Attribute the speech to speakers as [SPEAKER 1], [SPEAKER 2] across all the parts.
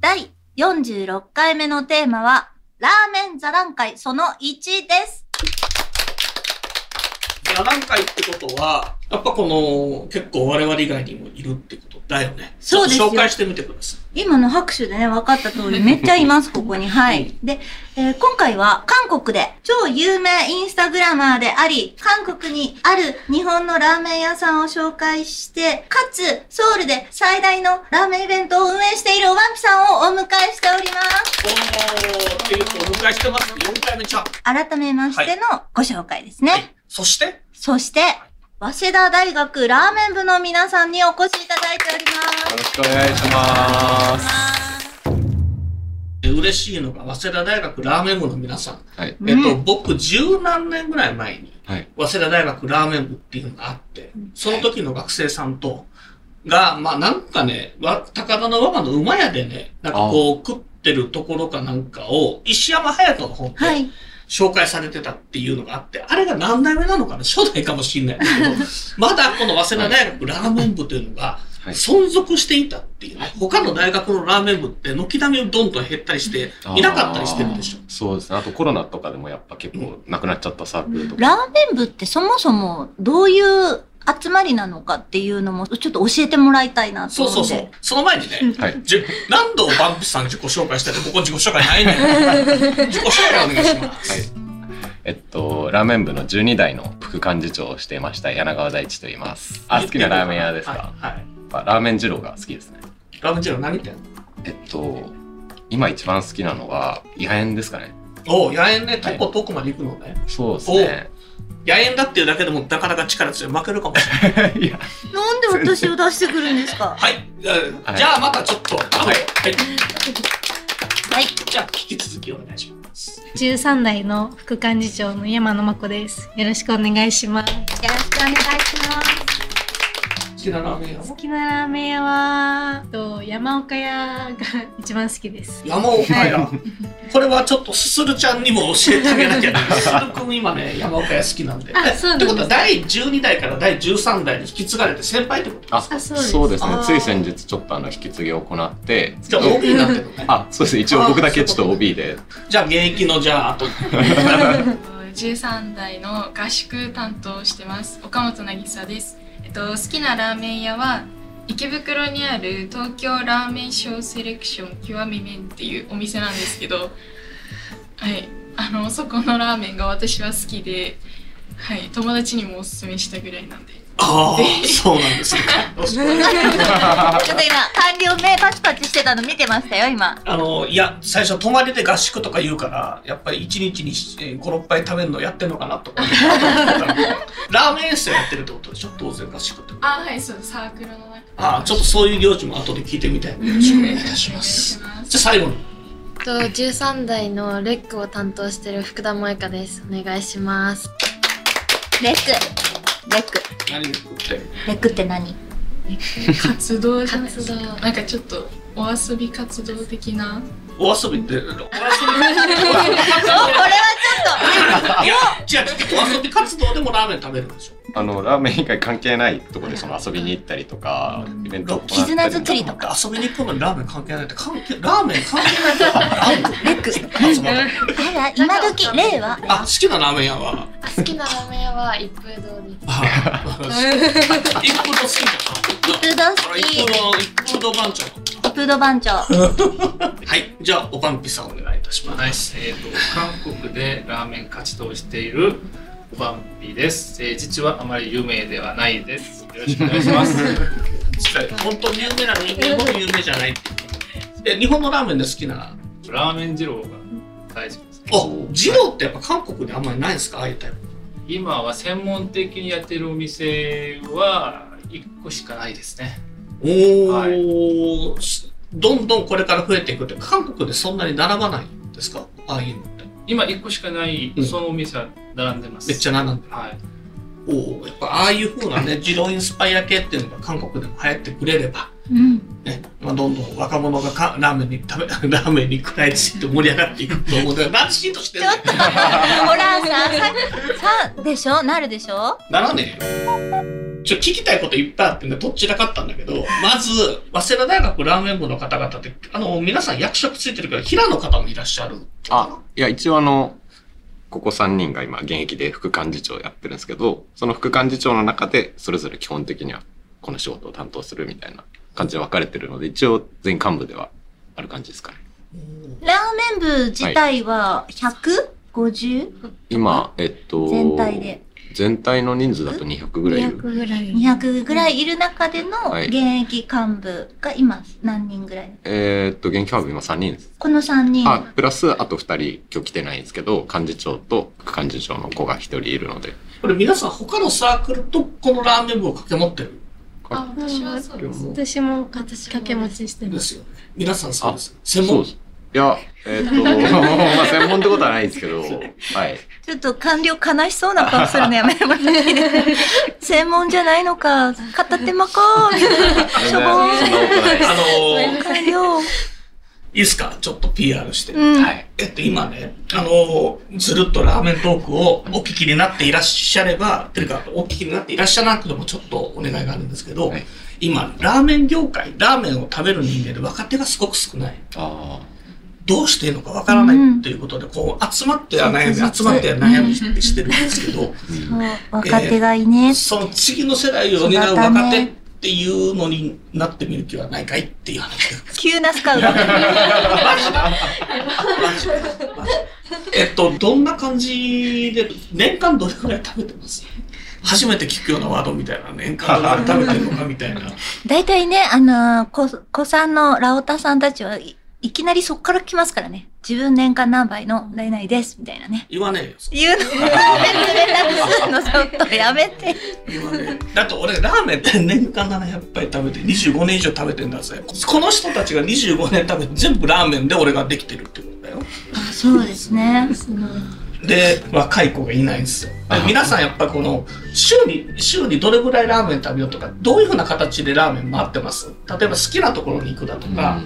[SPEAKER 1] 第46回目のテーマはラーメン座談会その1です
[SPEAKER 2] 座談会ってことはやっぱこの結構我々以外にもいるってことだよね
[SPEAKER 1] そうですよ
[SPEAKER 2] ちょっと紹介してみてください
[SPEAKER 1] 今の拍手でね、分かった通り、めっちゃいます、ここに。はい。で、えー今回は韓国で超有名インスタグラマーであり、韓国にある日本のラーメン屋さんを紹介して、かつ、ソウルで最大のラーメンイベントを運営しているおばんぴさんをお迎えしております。
[SPEAKER 2] おーっていうとお迎えしてます4回目ちゃん
[SPEAKER 1] 改めましてのご紹介ですね。
[SPEAKER 2] はいそして
[SPEAKER 1] そして、早稲田大学ラーメン部の皆さんにお越しいただいております
[SPEAKER 3] よろしくお願いします。。
[SPEAKER 2] え嬉しいのが早稲田大学ラーメン部の皆さん
[SPEAKER 3] はい。
[SPEAKER 2] えっと、
[SPEAKER 1] う
[SPEAKER 2] 僕、十何年ぐらい前に、
[SPEAKER 3] はい。
[SPEAKER 2] 早稲田大学ラーメン部っていうのがあって、その時の学生さんと、が、まあなんかね、わ高田の馬場の馬屋でね、なんかこう食ってるところかなんかを、石山隼人の本
[SPEAKER 1] は
[SPEAKER 2] で
[SPEAKER 1] い。
[SPEAKER 2] 紹介されてたっていうのがあって、あれが何代目なのかな初代かもしれ ないけど、まだこの早稲田大学ラーメン部というのが、
[SPEAKER 3] はい。
[SPEAKER 2] 存続していたっていうね、他の大学のラーメン部って軒並みどんどん減ったりして、いなかったりしてるでしょ。
[SPEAKER 3] そうですね。あとコロナとかでもやっぱ結構なくなっちゃったサークルとか。
[SPEAKER 1] ラーメン部ってそもそもどういう集まりなのかっていうのもちょっと教えてもらいたいなと
[SPEAKER 2] そう
[SPEAKER 1] 思って。
[SPEAKER 2] そうそう。その前にね、
[SPEAKER 3] はい。
[SPEAKER 2] じゅ何度バンプさん自己紹介したってここ自己紹介ない ねん自己紹介お願いします、
[SPEAKER 3] はいえっと、ラーメン部の12代の副幹事長をしていました柳川大地と言います。あ、好きなラーメン屋ですか、
[SPEAKER 2] はい、はい
[SPEAKER 3] やっぱラーメン二郎が好きですね。
[SPEAKER 2] ラムジロ何店
[SPEAKER 3] えっと、今一番好きなのは、野縁ですかね。
[SPEAKER 2] おう野猿ね
[SPEAKER 3] はい
[SPEAKER 2] 結構遠くまで行くのね、
[SPEAKER 3] そうですね。
[SPEAKER 2] 野猿だっていうだけでもなかなか力強い負けるかもしれない
[SPEAKER 3] いや、
[SPEAKER 1] なんで私を出してくるんですか
[SPEAKER 2] はい、えー
[SPEAKER 3] はい
[SPEAKER 2] じゃあまたちょっとあの
[SPEAKER 3] はい
[SPEAKER 2] はい、
[SPEAKER 1] はい。
[SPEAKER 2] じゃあ引き続きお願いします
[SPEAKER 4] 13代の副幹事長の山野真子です。よろしくお願いします。
[SPEAKER 1] よろしくお願いします。
[SPEAKER 2] 好きなラーメン屋は
[SPEAKER 4] 好きなラーメン屋は、えっと山岡屋が一番好きです。
[SPEAKER 2] 山岡屋これはちょっとすするちゃんにも教えてあげなきゃねすするくん今ね山岡屋好きなんで
[SPEAKER 4] あそうなん
[SPEAKER 2] って
[SPEAKER 4] で
[SPEAKER 2] こ
[SPEAKER 4] す
[SPEAKER 2] とは第12代から第13代に引き継がれて先輩ってこと
[SPEAKER 3] あ、
[SPEAKER 4] あそうです
[SPEAKER 3] そうですね
[SPEAKER 2] あー。
[SPEAKER 3] つい先日ちょっとあの、引き継ぎを行って、
[SPEAKER 2] じゃあ OB になってるのね
[SPEAKER 3] あ、そうです。一応僕だけちょっと OB で、
[SPEAKER 2] じゃあ現役のじゃああと
[SPEAKER 5] 13代の合宿担当をしてます岡本渚です、えっと、好きなラーメン屋は池袋にある東京ラーメンショーセレクション極み麺っていうお店なんですけど はいあのそこのラーメンが私は好きではい友達にもおすすめしたぐらいなんで
[SPEAKER 2] ああそうなん ですねよろしくお願いします
[SPEAKER 1] ちょっと今、官僚目パチパチしてたの見てましたよ、今。
[SPEAKER 2] あのいや最初泊まりで合宿とか言うからやっぱり1日に56杯食べるのやってんのかなと か思ったらラーメン室やってるってことでしょ当然合宿ってこと
[SPEAKER 5] あはいそうサークルの中で
[SPEAKER 2] ああちょっとそういう行事も後で聞いてみたいんでよろしくお願いいたしますじゃあ最後に
[SPEAKER 6] と13代のレックを担当してる福田萌香です。お願いします。
[SPEAKER 1] レック。レック。
[SPEAKER 2] 何食って
[SPEAKER 1] レックって何
[SPEAKER 5] 活動じゃない
[SPEAKER 6] 活動
[SPEAKER 5] なんかちょっとお遊び活動的な
[SPEAKER 2] お遊びってお遊びお遊び
[SPEAKER 1] お、これはちょっ
[SPEAKER 2] いや違う違うお遊び活動でもラーメン食べるんでしょ
[SPEAKER 3] あの、ラーメン以外関係ないとこでその遊びに行ったりとか、イベントを行ったり
[SPEAKER 1] 絆作りとか
[SPEAKER 2] 遊びに行くのにラーメン関係ないって関係ラーメン関係ないってあんの
[SPEAKER 1] レック
[SPEAKER 2] あそうなんだ
[SPEAKER 1] と、ただ、今時、令和。
[SPEAKER 2] あ好きなラーメン屋は
[SPEAKER 6] あ好きなラーメン屋は一風堂です。
[SPEAKER 2] あ 一風堂好きだ
[SPEAKER 1] プード
[SPEAKER 2] な
[SPEAKER 1] 好
[SPEAKER 2] 一
[SPEAKER 1] き
[SPEAKER 2] 風堂一風堂番長
[SPEAKER 1] プード番 長。
[SPEAKER 2] はいじゃあおパンピさんお願いいたし
[SPEAKER 7] はい
[SPEAKER 2] ま、す
[SPEAKER 7] えっ、と韓国でラーメン活動をしているおばんぴです。えー、実はあまり有名ではないです。よろしくお願い します。
[SPEAKER 2] 本当に有名なのに日本有名じゃないえ日本のラーメンで好きな
[SPEAKER 7] ラーメン二郎が大好きです。
[SPEAKER 2] お二郎ってやっぱ韓国にあんまりないんですかああいうタイプ
[SPEAKER 7] 今は専門的にやってるお店は一個しかないですね。
[SPEAKER 2] おお、しどんどんこれから増えていくって、韓国でそんなに並ばないんですかああいうのって。
[SPEAKER 7] 今1個しかない
[SPEAKER 2] うん
[SPEAKER 7] そのお店は並んでます、
[SPEAKER 2] めっちゃ並んでる
[SPEAKER 7] はい
[SPEAKER 2] おおやっぱああいう風なね自動インスパイア系っていうのが韓国でも流行ってくれれば、
[SPEAKER 4] うん。
[SPEAKER 2] ねまあ、どんどん若者がかラーメンに食べ ラーメンに食らいついて盛り上がっていくと思うんだけど何シーンとしてん
[SPEAKER 1] ち
[SPEAKER 2] の
[SPEAKER 1] ょっと、ほらさ、さ、さ、でしょなるでしょ
[SPEAKER 2] ならねえよちょっと聞きたいこといっぱいあってねとっちらかったんだけどまず早稲田大学ラーメン部の方々ってあの皆さん役職ついてるから平の方もいらっしゃる
[SPEAKER 3] あ、いや、一応あの、ここ3人が今現役で副幹事長やってるんですけど、その副幹事長の中で、それぞれ基本的にはこの仕事を担当するみたいな感じで分かれてるので、一応全幹部ではある感じですかね。
[SPEAKER 1] ラーメン部自体は 150?200
[SPEAKER 3] 今、えっと、
[SPEAKER 1] 全体で。
[SPEAKER 3] 全体の人数だと200ぐらいいる。
[SPEAKER 4] ぐらい
[SPEAKER 1] ぐらいいる中での
[SPEAKER 3] はい
[SPEAKER 1] 現役幹部が今何人ぐらい
[SPEAKER 3] えーっと、現役幹部今3人です。
[SPEAKER 1] この3人。
[SPEAKER 3] あ、プラスあと2人今日来てないんですけど、幹事長と副幹事長の子が1人いるので。
[SPEAKER 2] これ皆さん他のサークルとこのラーメン部を掛け持ってる
[SPEAKER 5] あ、私はそうです。
[SPEAKER 3] そう
[SPEAKER 4] 私も
[SPEAKER 6] 私も
[SPEAKER 4] 掛け持ちして
[SPEAKER 2] んで
[SPEAKER 4] ます。
[SPEAKER 2] すよね皆さんそうです専門
[SPEAKER 3] です。いや、えーっと、 まあ専門ってことはないんですけど、はい。
[SPEAKER 1] ちょっと官僚悲しそうな顔するのや めてもらっていいですか専門じゃないのか、片手間か。
[SPEAKER 3] 全然
[SPEAKER 1] しょぼー
[SPEAKER 3] そんなことないです
[SPEAKER 2] あのー
[SPEAKER 1] 官僚。
[SPEAKER 2] いいっすかちょっと PR して。
[SPEAKER 1] うん。
[SPEAKER 3] はい。
[SPEAKER 2] えっと、今ね、あのーずるっとラーメントークをお聞きになっていらっしゃれば、というか、お聞きになっていらっしゃらなくてもちょっとお願いがあるんですけど、
[SPEAKER 3] はい
[SPEAKER 2] 今、ラーメン業界、ラーメンを食べる人間で若手がすごく少ない。
[SPEAKER 3] あ
[SPEAKER 2] どうしていいのかわからな
[SPEAKER 1] うん
[SPEAKER 2] いということで、こう、集まっては悩み、集まっては悩みしてるんですけど、
[SPEAKER 3] あ。
[SPEAKER 1] そう若手がいいね。
[SPEAKER 2] その次の世代を担う若手っていうのになってみる気はないかいっていう話です。
[SPEAKER 1] 急なスカウト。
[SPEAKER 2] えっと、どんな感じで、年間どれくらい食べてます初めて聞くようなワードみたいな、年間どれくらい食べてるのかみ たいな。
[SPEAKER 1] 大体ね、あのー、こ、子さんのラオタさんたちはい、いきなりそっから来ますからね。自分年間何倍の何々です、みたいなね。
[SPEAKER 2] 言わねえよ。そ
[SPEAKER 1] 言う の、別々なくすの、ちょっとやめて。
[SPEAKER 2] 言わねえ。だって俺、ラーメンって年間700杯食べて、25年以上食べてんだぜ。この人たちが25年食べて、全部ラーメンで俺ができてるってことだよ。
[SPEAKER 1] そうですね。
[SPEAKER 2] で、若い子がいないんですよ。で皆さんやっぱこの、週に、週にどれぐらいラーメン食べようとか、どういうふうな形でラーメン回ってます例えば好きなところに行くだとか、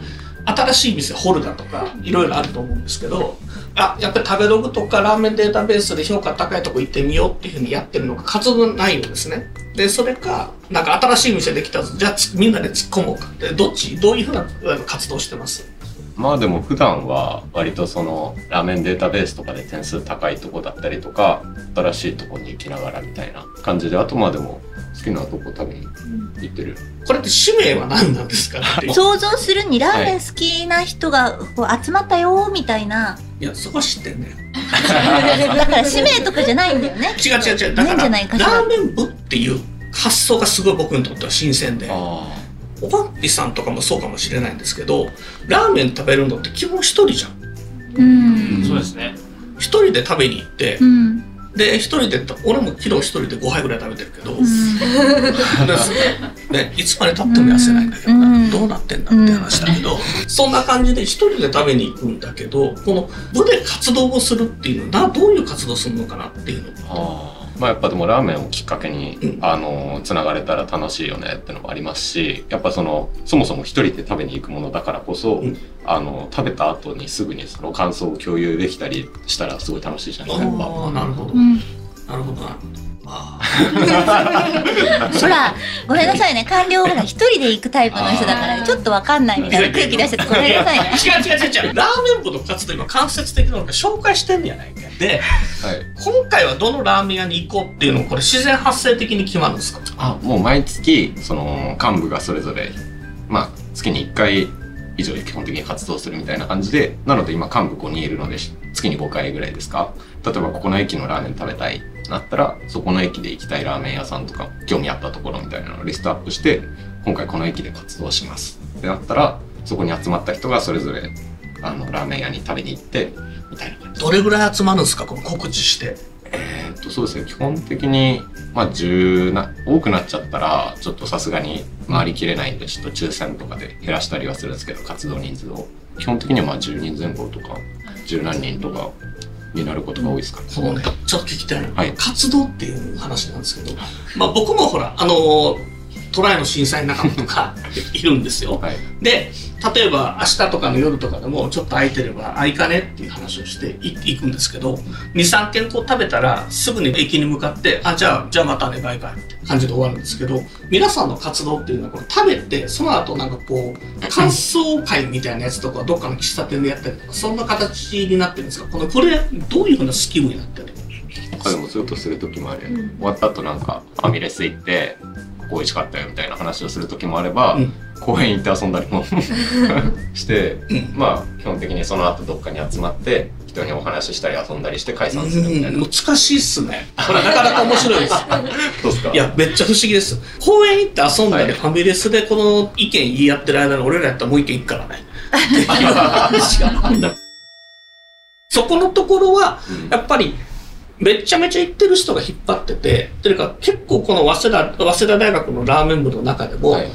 [SPEAKER 2] 新しい店掘るだとかいろいろあると思うんですけどあやっぱり食べログとかラーメンデータベースで評価高いとこ行ってみようっていうふうにやってるのが数のないようですねでそれかなんか新しい店できたぞじゃあつみんなで突っ込もうかでどっちどういうふうなあの活動してます
[SPEAKER 3] まあでも普段は割とそのラーメンデータベースとかで点数高いとこだったりとか、新しいとこに行きながらみたいな感じで、あとまあでも好きなとこ多分行ってる。
[SPEAKER 2] これって使命は何なんですかっていう
[SPEAKER 1] 想像するにラーメン好きな人がこう集まったよーみたいな、
[SPEAKER 2] いやそこ知ってんね
[SPEAKER 1] だから使命とかじゃないんだよ ね。
[SPEAKER 2] 違う違う違うだ
[SPEAKER 1] な
[SPEAKER 2] か
[SPEAKER 1] んじゃ
[SPEAKER 2] らラ
[SPEAKER 1] ないかしら
[SPEAKER 2] ーメン部っていう発想がすごい僕にとっては新鮮で
[SPEAKER 3] あ
[SPEAKER 2] おばっぴさんとかもそうかもしれないんですけどラーメン食べるのって基本一人じゃん
[SPEAKER 1] うん。
[SPEAKER 3] うん
[SPEAKER 7] そうですね
[SPEAKER 2] 一人で食べに行って、
[SPEAKER 1] うん。
[SPEAKER 2] で一人で俺も昨日一人で5杯ぐらい食べてるけど、で ね、いつまでたっても痩せないんだけどな、
[SPEAKER 1] うん
[SPEAKER 2] どうなってんだって話だけど、そんな感じで一人で食べに行くんだけどこの部で活動をするっていうのはなどういう活動するのかなっていうの
[SPEAKER 3] あ。
[SPEAKER 2] が
[SPEAKER 3] ああ。まあやっぱでもラーメンをきっかけに
[SPEAKER 2] う、ん
[SPEAKER 3] あの、つながれたら楽しいよねってのもありますし、やっぱその、そもそも一人で食べに行くものだからこそ
[SPEAKER 2] うん、
[SPEAKER 3] あの、食べた後にすぐにその感想を共有できたりしたらすごい楽しいじゃないですか。やっぱ
[SPEAKER 2] ああなるほど、
[SPEAKER 1] うん
[SPEAKER 2] なるほどなるほどあ
[SPEAKER 1] ほら、ごめんなさいね。官僚ほら、一人で行くタイプの人だから、ちょっとわかんないみたいな空気出しちゃって、ご
[SPEAKER 2] あ
[SPEAKER 1] めんなさい
[SPEAKER 2] 違
[SPEAKER 1] ね。
[SPEAKER 2] う 違う違う違うラーメン部の活動今間接的なのが紹介してんじゃないかで
[SPEAKER 3] はい。
[SPEAKER 2] 今回はどのラーメン屋に行こうっていうのをこれ自然発生的に決まるんですか
[SPEAKER 3] あもう毎月その幹部がそれぞれまあ月に1回以上基本的に活動するみたいな感じでなので今幹部5人いるのでし月に5回ぐらいですか例えばここの駅のラーメン食べたいってなったらそこの駅で行きたいラーメン屋さんとか興味あったところみたいなのをリストアップして今回この駅で活動しますってなったらそこに集まった人がそれぞれあのラーメン屋に食べに行ってみたいな感じ
[SPEAKER 2] どれぐらい集まるんですかこの告知して
[SPEAKER 3] えーっとそうですね基本的にまあ10な多くなっちゃったらちょっとさすがに回りきれないんでちょっと抽選とかで減らしたりはするんですけど活動人数を基本的にはまあ10人前後とか10何人とかになることが多いですか
[SPEAKER 2] こ
[SPEAKER 3] ら、
[SPEAKER 2] のね、ちょっと聞きたいのが、
[SPEAKER 3] はい
[SPEAKER 2] 活動っていう話なんですけど、まあ僕もほら、あのートライの震災の中とかいるんですよ。
[SPEAKER 3] はい
[SPEAKER 2] で、例えば明日とかの夜とかでもちょっと空いてれば空いかねっていう話をしてい行くんですけど、2、3軒こう食べたらすぐに駅に向かって、あ、じゃあ、じゃあまたね、バイバイって感じで終わるんですけど、皆さんの活動っていうのはこれ食べて、その後なんかこう、感想会みたいなやつとかどっかの喫茶店でやったりとか、そんな形になってるんですが、このこれどういうふうなスキルになってるの
[SPEAKER 3] 他でもそういうことする時もあるよ、終わった後なんかファミレス行ってここ美味しかったよみたいな話をする時もあれば、
[SPEAKER 2] うん
[SPEAKER 3] 公園行って遊んだりも して、まあ基本的にその後どっかに集まって人にお話ししたり遊んだりして解散するみたいな、
[SPEAKER 2] うん難しいっすね。これなかなか面白いです。
[SPEAKER 3] どうですか
[SPEAKER 2] いや、めっちゃ不思議です。公園行って遊んだり、ファミレスでこの意見言い合ってる間に俺らやったらもう一軒行くからね。っていう話があるんだそこのところは、
[SPEAKER 3] うん
[SPEAKER 2] やっぱり、めちゃめちゃ行ってる人が引っ張ってて、というか結構この早稲田、早稲田大学のラーメン部の中でも、
[SPEAKER 3] はい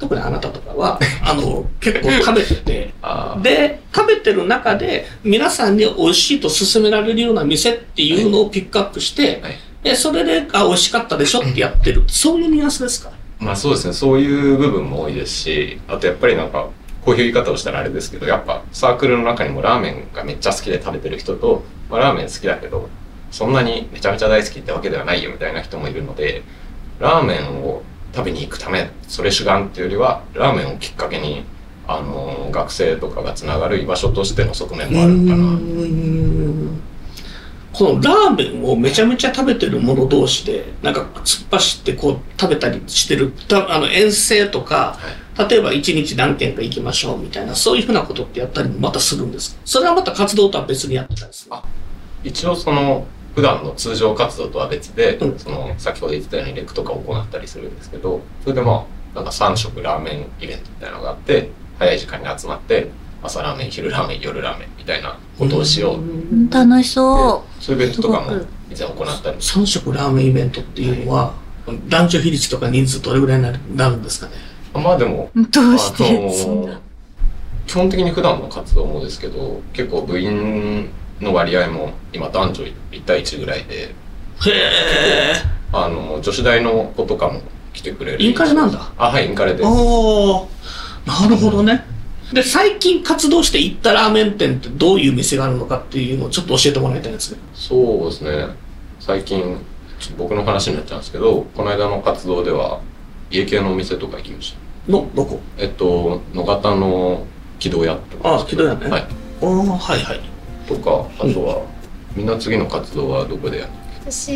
[SPEAKER 2] 特にあなたとか は、あの、結構食べてて、
[SPEAKER 3] あー
[SPEAKER 2] で、食べてる中で、皆さんに美味しいと勧められるような店っていうのをピックアップして、
[SPEAKER 3] はい
[SPEAKER 2] でそれで、あ、美味しかったでしょってやってる。そういうニュアンスですか
[SPEAKER 3] まあそうですねそういう部分も多いですしあとやっぱりなんかこういう言い方をしたらあれですけどやっぱサークルの中にもラーメンがめっちゃ好きで食べてる人と、まあ、ラーメン好きだけどそんなにめちゃめちゃ大好きってわけではないよみたいな人もいるのでラーメンを食べに行くためそれ主眼っていうよりはラーメンをきっかけにあの学生とかがつながる居場所としての側面もあるの
[SPEAKER 2] う
[SPEAKER 3] かな
[SPEAKER 2] ーんこのラーメンをめちゃめちゃ食べてる者同士でなんか突っ走ってこう食べたりしてるたあの遠征とか、例えば一日何軒か行きましょうみたいなそういうふうなことってやったりもまたするんですかそれはまた活動とは別にやってたんですか
[SPEAKER 3] 一応その普段の通常活動とは別で、
[SPEAKER 2] うん
[SPEAKER 3] その先ほど言ってたようにレクとかを行ったりするんですけどそれでまあなんか3食ラーメンイベントみたいなのがあって早い時間に集まって朝ラーメン昼ラーメン夜ラーメンみたいなことをしよう、
[SPEAKER 1] 楽しそ
[SPEAKER 3] そういうイベントとかも
[SPEAKER 1] すごく
[SPEAKER 3] 以前行ったりも
[SPEAKER 2] 3食ラーメンイベントっていうのは、男女比率とか人数どれぐらいになるなるんですかね
[SPEAKER 3] まあでも
[SPEAKER 1] う。どうし
[SPEAKER 3] あ
[SPEAKER 1] て
[SPEAKER 3] の
[SPEAKER 1] そんな。
[SPEAKER 3] 基本的に普段の活動もですけど結構部員の割合も今男女1対1ぐらいで
[SPEAKER 2] へえ
[SPEAKER 3] あの女子大の子とかも来てくれる
[SPEAKER 2] インカレなんだ
[SPEAKER 3] あはいインカレです
[SPEAKER 2] おおなるほどねで最近活動して行ったラーメン店ってどういう店があるのかっていうのをちょっと教えてもらいたいんですね
[SPEAKER 3] そうですね最近ちょっと僕の話になっちゃうんですけどこの間の活動では家系のお店とか行きました
[SPEAKER 2] のどこ
[SPEAKER 3] えっと野方の軌道屋とか
[SPEAKER 2] あ軌道屋ね
[SPEAKER 3] はい
[SPEAKER 2] ああはいはい
[SPEAKER 3] とかあとは、みんな次の活動はどこでやる
[SPEAKER 4] 私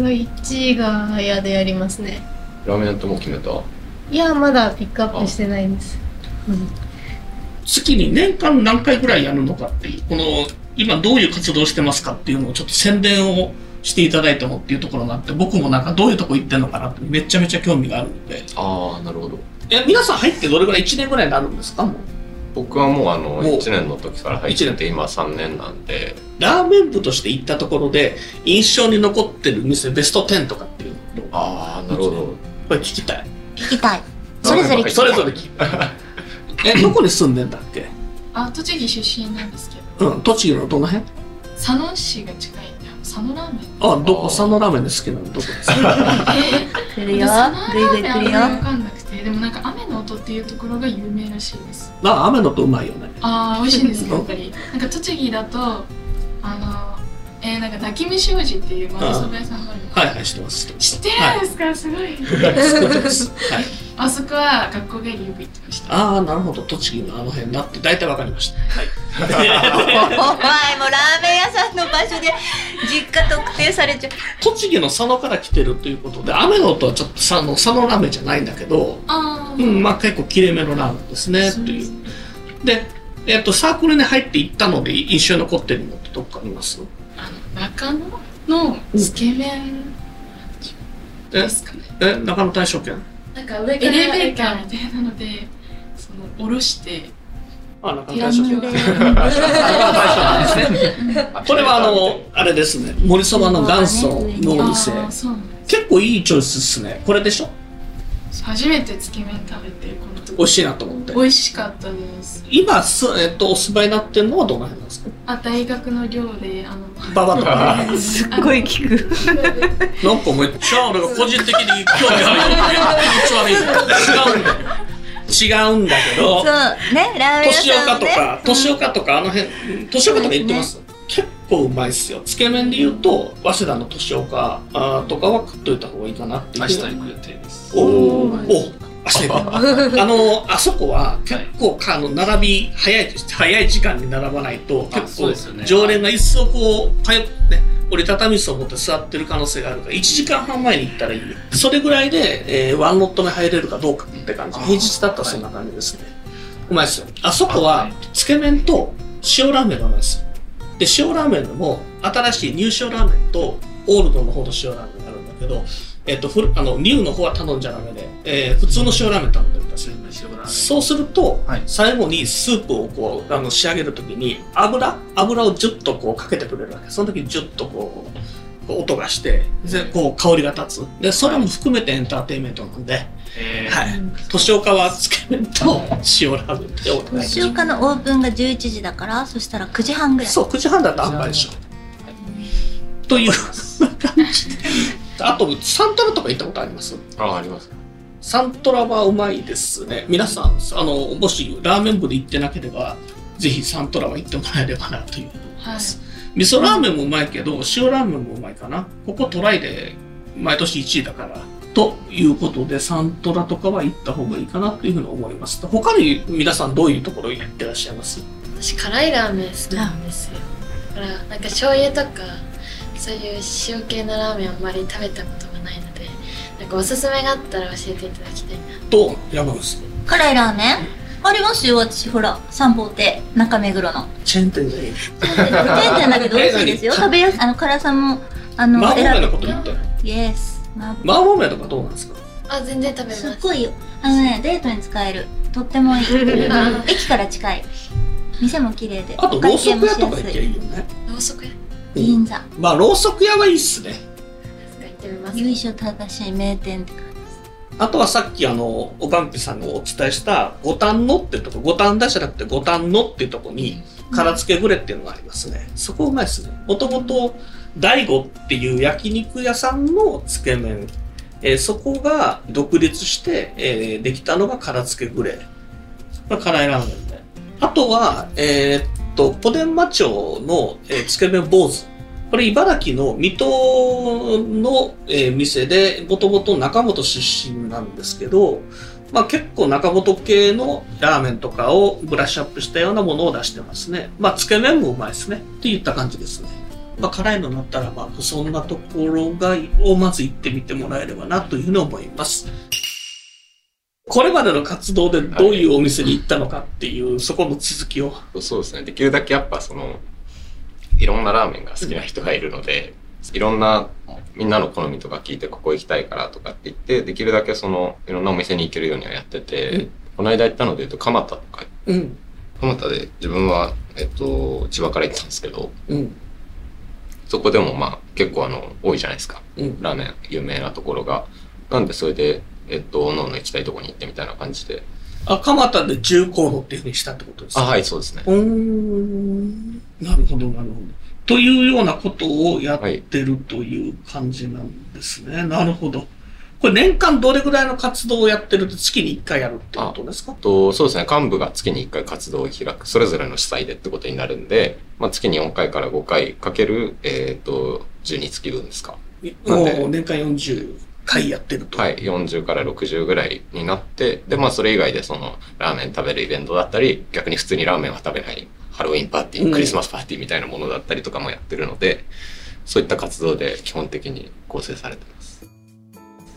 [SPEAKER 4] は1位が屋でやりますね
[SPEAKER 3] ラーメン屋ってもう決めた
[SPEAKER 4] いやまだピックアップしてないんです
[SPEAKER 2] 月に年間何回ぐらいやるのかっていうこの今どういう活動してますかっていうのをちょっと宣伝をしていただいてもっていうところがあって僕もなんかどういうとこ行ってんのかなってめちゃめちゃ興味があるので
[SPEAKER 3] ああなるほど
[SPEAKER 2] え皆さん入ってどれぐらい1年ぐらいになるんですかもう
[SPEAKER 3] 僕はもうあの
[SPEAKER 2] お
[SPEAKER 3] 1年の時から入っ
[SPEAKER 2] 一
[SPEAKER 3] て
[SPEAKER 2] 年
[SPEAKER 3] て今3年なんで
[SPEAKER 2] ラーメン部として行ったところで印象に残ってる店ベスト10とかっていうのを
[SPEAKER 3] ああなるほど
[SPEAKER 2] これ聞きたい
[SPEAKER 1] 聞きたい。それぞれ聞きたい。
[SPEAKER 2] それぞれ聞い たえどこに住んでんだっけ
[SPEAKER 5] あ栃木出身なんですけど
[SPEAKER 2] うん栃木のどの辺
[SPEAKER 5] 佐野市が近いんで佐野ラーメン
[SPEAKER 2] あどこ
[SPEAKER 3] あー
[SPEAKER 2] 佐野ラーメンで好きなのどこですか
[SPEAKER 1] 来るよ。ぐいぐい
[SPEAKER 5] あ
[SPEAKER 1] 来
[SPEAKER 5] ん
[SPEAKER 1] る
[SPEAKER 5] まり
[SPEAKER 1] よ。
[SPEAKER 5] わかんなくてでもなんか雨の音っていうところが有名らしいです
[SPEAKER 2] あ雨のとうまいよね
[SPEAKER 5] ああ美味しいんです ねやっぱりなんか栃木だとあのえー、なんか抱き飯王子っていうまそば屋さんがあるの
[SPEAKER 2] はいはいしてます
[SPEAKER 5] 知ってるんですか、すごい
[SPEAKER 2] 大好きですはい
[SPEAKER 5] あそこは学校帰りよく行ってました
[SPEAKER 2] ああなるほど栃木のあの辺だって大体わかりましたはい
[SPEAKER 1] お前もラーメン屋さんの場所で実家特定されちゃう。
[SPEAKER 2] 栃木の佐野から来てるということで雨の音はちょっと佐野佐野ラーメンじゃないんだけど
[SPEAKER 5] ああ
[SPEAKER 2] うんまあ結構切れ目のラーメンですねっていうでえっとサークルに入っていったので印象に残ってるのってどっかあります
[SPEAKER 5] あの中野のつけ麺
[SPEAKER 2] え
[SPEAKER 5] ですかね
[SPEAKER 2] え中野大賞券
[SPEAKER 6] なんか上
[SPEAKER 5] エレベーターみたいなのでその下ろして
[SPEAKER 2] あ中野
[SPEAKER 5] ピラ
[SPEAKER 2] 大
[SPEAKER 5] ミ
[SPEAKER 2] 賞
[SPEAKER 5] ッ
[SPEAKER 2] 券
[SPEAKER 5] ド
[SPEAKER 2] これはあの、あれですね、森そばの元祖のお店
[SPEAKER 5] あ。あそうなんで
[SPEAKER 2] 結構いいチョイスっすね。これでしょ
[SPEAKER 5] 初めてつけ麺食べてこの時
[SPEAKER 2] 美味しいなと思って。
[SPEAKER 5] 美味しかったです
[SPEAKER 2] 今す、えっと、お住まいになってるのはどの辺なんですか
[SPEAKER 5] あ大学の寮であの
[SPEAKER 2] ババとか。
[SPEAKER 1] すっごい聞く。
[SPEAKER 2] なんかめっちゃ俺が個人的に興味ある。違うんだ。違うんだけど
[SPEAKER 1] そう、、ね、ラーメン屋
[SPEAKER 2] 年
[SPEAKER 1] さ
[SPEAKER 2] 岡
[SPEAKER 1] ん
[SPEAKER 2] と
[SPEAKER 1] ね。
[SPEAKER 2] か、年岡とかあの辺、年岡とか言ってます。結構うまいっすよ。つけ麺で言うと、早稲田の年岡あーとかは食っといた方がいいかなっていう。
[SPEAKER 7] 明日行く予定です
[SPEAKER 2] おおー、お明日行 く。あの、あそこは結構か、あの、並び早いです、早い時間に並ばないと、
[SPEAKER 7] あ
[SPEAKER 2] 結
[SPEAKER 7] そう
[SPEAKER 2] 構
[SPEAKER 7] ですよね
[SPEAKER 2] 常連が一層こう、早くね、折りたたみ椅子を持って座ってる可能性があるから、1時間半前に行ったらいいよ。それぐらいで、えーワンロット目入れるかどうかって感じ。
[SPEAKER 7] あー
[SPEAKER 2] 平日だったらそんな感じですね。うまいですよ。あそこ
[SPEAKER 7] あは、
[SPEAKER 2] はいつけ麺と塩ラーメンがうまいですよ。で、塩ラーメンも、新しいニュー塩ラーメンと、オールドの方の塩ラーメンがあるんだけど、えっと、ふるあの、ニューの方は頼んじゃダメで、えー普通の塩ラーメン頼んでください。そうすると、
[SPEAKER 7] はい
[SPEAKER 2] 最後にスープをこうあの仕上げるときに油油をジュッとこうかけてくれるわけその時ジュッとこうこう音がしてでこう香りが立つでそれも含めてエンターテインメントなんで、
[SPEAKER 7] えー
[SPEAKER 2] はい、年岡はつけ麺と塩ラーメンってお願いし
[SPEAKER 1] 年岡のオープンが11時だから、そしたら9時半ぐらい。
[SPEAKER 2] そう9時半だったらあんぱいでしょという感じであとサントラとか行ったことあります
[SPEAKER 3] ああります
[SPEAKER 2] サントラはうまいですね。皆さん、あの、もしラーメン部で行ってなければ、ぜひサントラは行ってもらえればなという。
[SPEAKER 5] はい
[SPEAKER 2] 味噌ラーメンもうまいけど、塩ラーメンもうまいかな。ここトライで毎年1位だから。ということで、サントラとかは行った方がいいかなというふうに思います。他に皆さんどういうところ行ってらっしゃいます
[SPEAKER 6] 私辛いラーメン好きなんですよだからなんか醤油とかそういう塩系のラーメンあんまり食べたことがないのでなんかおすすめがあったら教えていただきたいな
[SPEAKER 2] と、山口さん。
[SPEAKER 1] 辛いラーメンありますよ、私、ほら、三宝亭、中目黒の。
[SPEAKER 2] チェーン店じゃない
[SPEAKER 1] チェーン店だ けど美味しいですよ。食べやすい。あの、辛さも、あの、
[SPEAKER 2] 麻婆麺
[SPEAKER 1] 選
[SPEAKER 2] のこと言って。
[SPEAKER 1] ぶ。イエス。麻婆
[SPEAKER 2] 麻婆麺とかどうなんですか
[SPEAKER 6] あ全然食べます
[SPEAKER 1] っ
[SPEAKER 6] す
[SPEAKER 1] ごいよ。あのね、デートに使える。とって もいい。駅から近い。店も綺麗で。
[SPEAKER 2] あと、
[SPEAKER 1] お
[SPEAKER 2] ろ
[SPEAKER 1] 会
[SPEAKER 2] うそ
[SPEAKER 1] 計
[SPEAKER 2] く
[SPEAKER 1] も
[SPEAKER 2] 屋
[SPEAKER 1] し
[SPEAKER 2] と
[SPEAKER 1] や
[SPEAKER 2] か行
[SPEAKER 1] す
[SPEAKER 2] けば
[SPEAKER 1] い。
[SPEAKER 2] いいよね。
[SPEAKER 6] ろうそく屋
[SPEAKER 2] うん
[SPEAKER 1] 銀座。
[SPEAKER 2] まあ、ろうそく屋はいいっすね。
[SPEAKER 6] ですか行ってみます
[SPEAKER 1] 由緒正しい名店って感じ。
[SPEAKER 2] あとはさっきあの、おかんぴさんがお伝えした、五反野ってとこ、五反田じゃなくて五反野ってとこに、からつけグレっていうのがありますね。そこうまいですね。もともと、大悟っていう焼肉屋さんのつけ麺。えーそこが独立して、えーできたのがからつけグレ。これ辛いラーメンで。あとは、えーっと、小伝馬町の、えーつけ麺坊主。これ茨城の水戸の、えー店で、もともと中本出身なんですけど、まあ結構中本系のラーメンとかをブラッシュアップしたようなものを出してますね。まあつけ麺もうまいですね。って言った感じですね。まあ辛いのになったら、まあそんなところが、をまず行ってみてもらえればなというふうに思います。これまでの活動でどういうお店に行ったのかっていう、そこの続きを。
[SPEAKER 3] そうですねできるだけやっぱそのいろんなラーメンが好きな人がいるので、いろんなみんなの好みとか聞いてここ行きたいからとかって言ってできるだけそのいろんなお店に行けるようにはやってて、
[SPEAKER 2] うん
[SPEAKER 3] この間行ったので言うと蒲田とか
[SPEAKER 2] うん。
[SPEAKER 3] 蒲田で自分は、えっと、千葉から行ったんですけど
[SPEAKER 2] うん。
[SPEAKER 3] そこでもまあ結構あの多いじゃないですか
[SPEAKER 2] うん。
[SPEAKER 3] ラーメン有名なところがなんでそれでえっとおのおの行きたいところに行ってみたいな感じで
[SPEAKER 2] あ、蒲田で重工のっていうふうにしたってことですか
[SPEAKER 3] あはいそうですね
[SPEAKER 2] うーんなるほど、なるほど。というようなことをやってるという感じなんですね。なるほど。これ年間どれぐらいの活動をやってると月に1回やるってことですか
[SPEAKER 3] えっとそうですね幹部が月に1回活動を開くそれぞれの主催でってことになるんで、まあ、月に4回から5回かける、えっと12月分ですか
[SPEAKER 2] もう年間40回やってると。
[SPEAKER 3] はい40から60ぐらいになってでまあそれ以外でそのラーメン食べるイベントだったり逆に普通にラーメンは食べないハロウィンパーティー、
[SPEAKER 2] うん
[SPEAKER 3] クリスマスパーティーみたいなものだったりとかもやってるのでそういった活動で基本的に構成されてます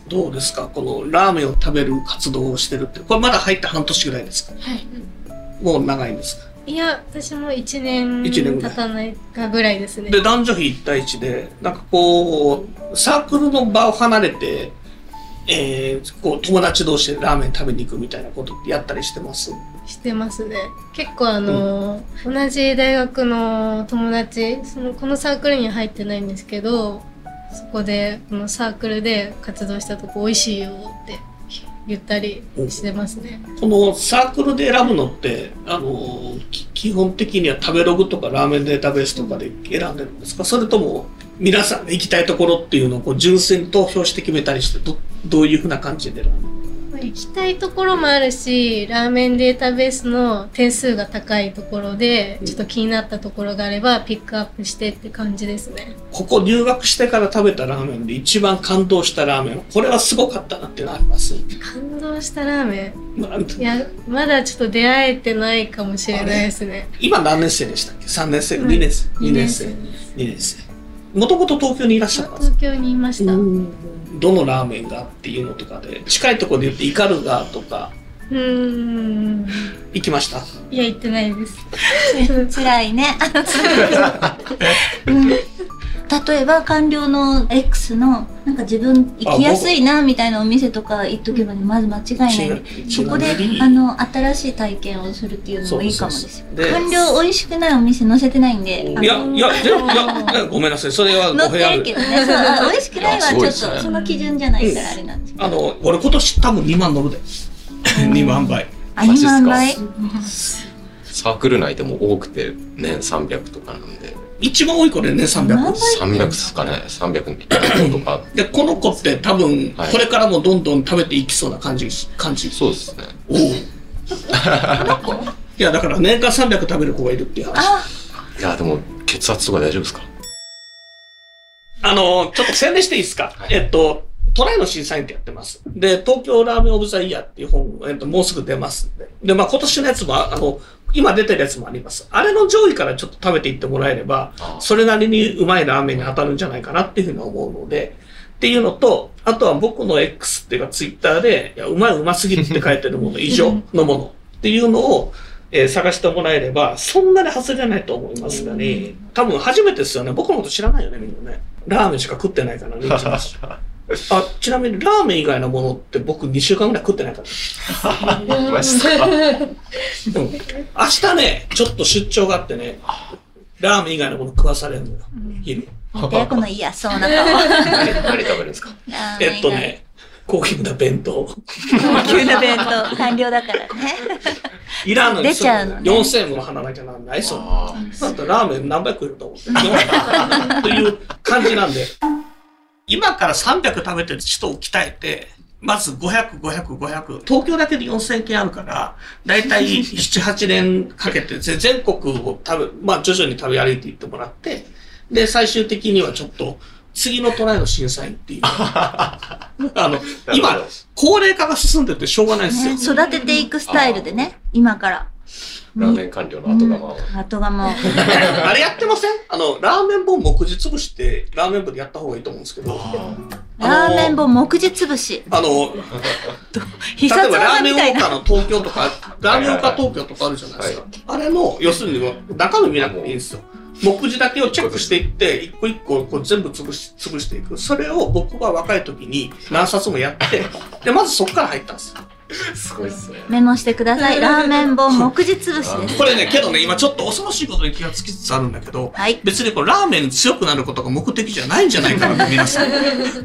[SPEAKER 2] どうですかこのラーメンを食べる活動をしてるって。これまだ入って半年ぐらいですか
[SPEAKER 5] はい
[SPEAKER 2] もう長いんですか
[SPEAKER 4] いや私も1年
[SPEAKER 2] 一年ぐらい
[SPEAKER 4] 経たないかぐらいですね
[SPEAKER 2] で、男女比1対1で、なんかこう、サークルの場を離れて、えー、こう友達同士でラーメン食べに行くみたいなことってやったりしてます
[SPEAKER 4] してますね結構あの、同じ大学の友達そのこのサークルには入ってないんですけどそこでこのサークルで活動したとこ美味しいよって言ったりしてますね。
[SPEAKER 2] このサークルで選ぶのって、あの、き基本的には食べログとかラーメンデータベースとかで選んでるんですかそれとも、皆さんが行きたいところっていうのをこう純粋に投票して決めたりして、ど、どういうふうな感じで選んで
[SPEAKER 4] まあ行きたいところもあるしラーメンデータベースの点数が高いところでちょっと気になったところがあればピックアップしてって感じですね。
[SPEAKER 2] ここ入学してから食べたラーメンで一番感動したラーメンは、これはすごかったなっていうのあります。
[SPEAKER 4] 感動したラーメ
[SPEAKER 2] まあ
[SPEAKER 4] ンいやまだちょっと出会えてないかもしれないですね。
[SPEAKER 2] 今何年生でしたっけ ?3 年生、
[SPEAKER 4] うん
[SPEAKER 2] 2年生、2年
[SPEAKER 4] 二
[SPEAKER 2] 生、2年生。もともと東京にいらっしゃったんですか
[SPEAKER 4] 東京にいました。うん。
[SPEAKER 2] どのラーメンがっていうのとかで近いところで言ってイカルガとか
[SPEAKER 4] ん
[SPEAKER 2] 行きました
[SPEAKER 4] いや行ってないです。
[SPEAKER 1] 辛いね。うん例えば官僚の X のなんか自分行きやすいなみたいなお店とか行っとけばねまず間違いないんでそこであの新しい体験をするっていうのもいいかもですよ
[SPEAKER 2] そうそうそうで
[SPEAKER 1] 官僚美味しくないお店載せてないんであの
[SPEAKER 2] いやいやでもいやいやごめんなさいそれは
[SPEAKER 1] 載
[SPEAKER 2] お
[SPEAKER 1] っ
[SPEAKER 2] 部
[SPEAKER 1] て
[SPEAKER 2] 屋
[SPEAKER 1] るけ
[SPEAKER 2] で
[SPEAKER 1] どねそうあ美味しくない
[SPEAKER 3] い
[SPEAKER 1] は
[SPEAKER 3] や
[SPEAKER 1] ち
[SPEAKER 3] す
[SPEAKER 1] ょっ
[SPEAKER 3] ごい
[SPEAKER 1] と
[SPEAKER 3] ですね
[SPEAKER 1] その基準じゃないからあれなんですけど
[SPEAKER 2] あの俺今年多分2万乗るで2万倍
[SPEAKER 1] あ2万倍
[SPEAKER 3] サークル内でも多くて年300とかなんで
[SPEAKER 2] 一番多いこれね
[SPEAKER 1] 万
[SPEAKER 2] 300
[SPEAKER 1] 倍
[SPEAKER 3] 300ですかね300とか
[SPEAKER 2] でこの子って多分
[SPEAKER 3] はい
[SPEAKER 2] これからもどんどん食べていきそうな感じ感じ
[SPEAKER 3] そうですね
[SPEAKER 2] おういやだから年間300食べる子がいるっていう話
[SPEAKER 1] あ
[SPEAKER 3] いやでも血圧とか大丈夫ですか
[SPEAKER 2] あの、ちょっと宣伝していいですか、
[SPEAKER 3] はい
[SPEAKER 2] えっと、トライの審査員ってやってます。で、東京ラーメンオブザイヤーっていう本、えっと、もうすぐ出ますんで。で、まあ今年のやつも、ああの、今出てるやつもあります。あれの上位からちょっと食べていってもらえれば、
[SPEAKER 3] あ
[SPEAKER 2] それなりにうまいラーメンに当たるんじゃないかなっていうふうに思うので、っていうのと、あとは僕の X っていうかツイッターで、いや、うまいうますぎるって書いてるもの以上のものっていうのを、えー探してもらえれば、そんなに外れないと思いますがね、多分初めてですよね。僕のこと知らないよね、みんなね。ラーメンしか食ってないからね、一日あ、ちなみにラーメン以外のものって僕2週間ぐらい食ってないから。
[SPEAKER 3] マジっすか
[SPEAKER 2] うん明日ね、ちょっと出張があってね、ラーメン以外のもの食わされるのよ、昼。
[SPEAKER 1] 見てこの嫌そうな顔
[SPEAKER 3] 何何食べるんですか
[SPEAKER 2] えっとね、高級な弁当。
[SPEAKER 1] 急な弁当完了だからね
[SPEAKER 2] いらんのに
[SPEAKER 1] 出ちゃうのね
[SPEAKER 2] 4000円も払わなきゃなんない、その。
[SPEAKER 3] あ
[SPEAKER 2] だってラーメン何杯食えると思って。という感じなんで。今から300食べてる人を鍛えて、まず500、500、500。東京だけで4000件あるから、だいたい7、8年かけて、ぜ全国を食べ、まあ徐々に食べ歩いていってもらって、で、最終的にはちょっと、次のトライの審査員 っていう。あの、
[SPEAKER 3] ーなる
[SPEAKER 2] 今
[SPEAKER 3] ほど、
[SPEAKER 2] 高齢化が進んでてしょうがないですよ。
[SPEAKER 1] 育てていくスタイルでね今から
[SPEAKER 3] ラーメン官僚の後釜を
[SPEAKER 1] 後釜を
[SPEAKER 2] あれやってませんあの、ラーメン本目次潰して、ラーメン部でやった方がいいと思うんですけど。
[SPEAKER 1] ラーメン
[SPEAKER 2] 本
[SPEAKER 1] 本目次潰し
[SPEAKER 2] あの、例
[SPEAKER 1] 必
[SPEAKER 2] えば
[SPEAKER 1] 殺
[SPEAKER 2] ラ
[SPEAKER 1] 技
[SPEAKER 2] ーメ
[SPEAKER 1] み
[SPEAKER 2] ンオ
[SPEAKER 1] たい
[SPEAKER 2] ー
[SPEAKER 1] な
[SPEAKER 2] カーの東京とか、ラーメンオーカー東京とかあるじゃないですか。あれの、要するに中身見なくていいんですよ。目次だけをチェックしていって、一個一個こう全部潰し、潰していく。それを僕は若い時に何冊もやって、で、まずそこから入ったんですよ。
[SPEAKER 3] すごいっすね
[SPEAKER 1] メモしてくださいラーメン本目次潰しです
[SPEAKER 2] これね、けどね、今ちょっと恐ろしいことに気がつきつつあるんだけど、
[SPEAKER 1] はい
[SPEAKER 2] 別にこうラーメン強くなることが目的じゃないんじゃないかなと、皆さん。
[SPEAKER 1] そうです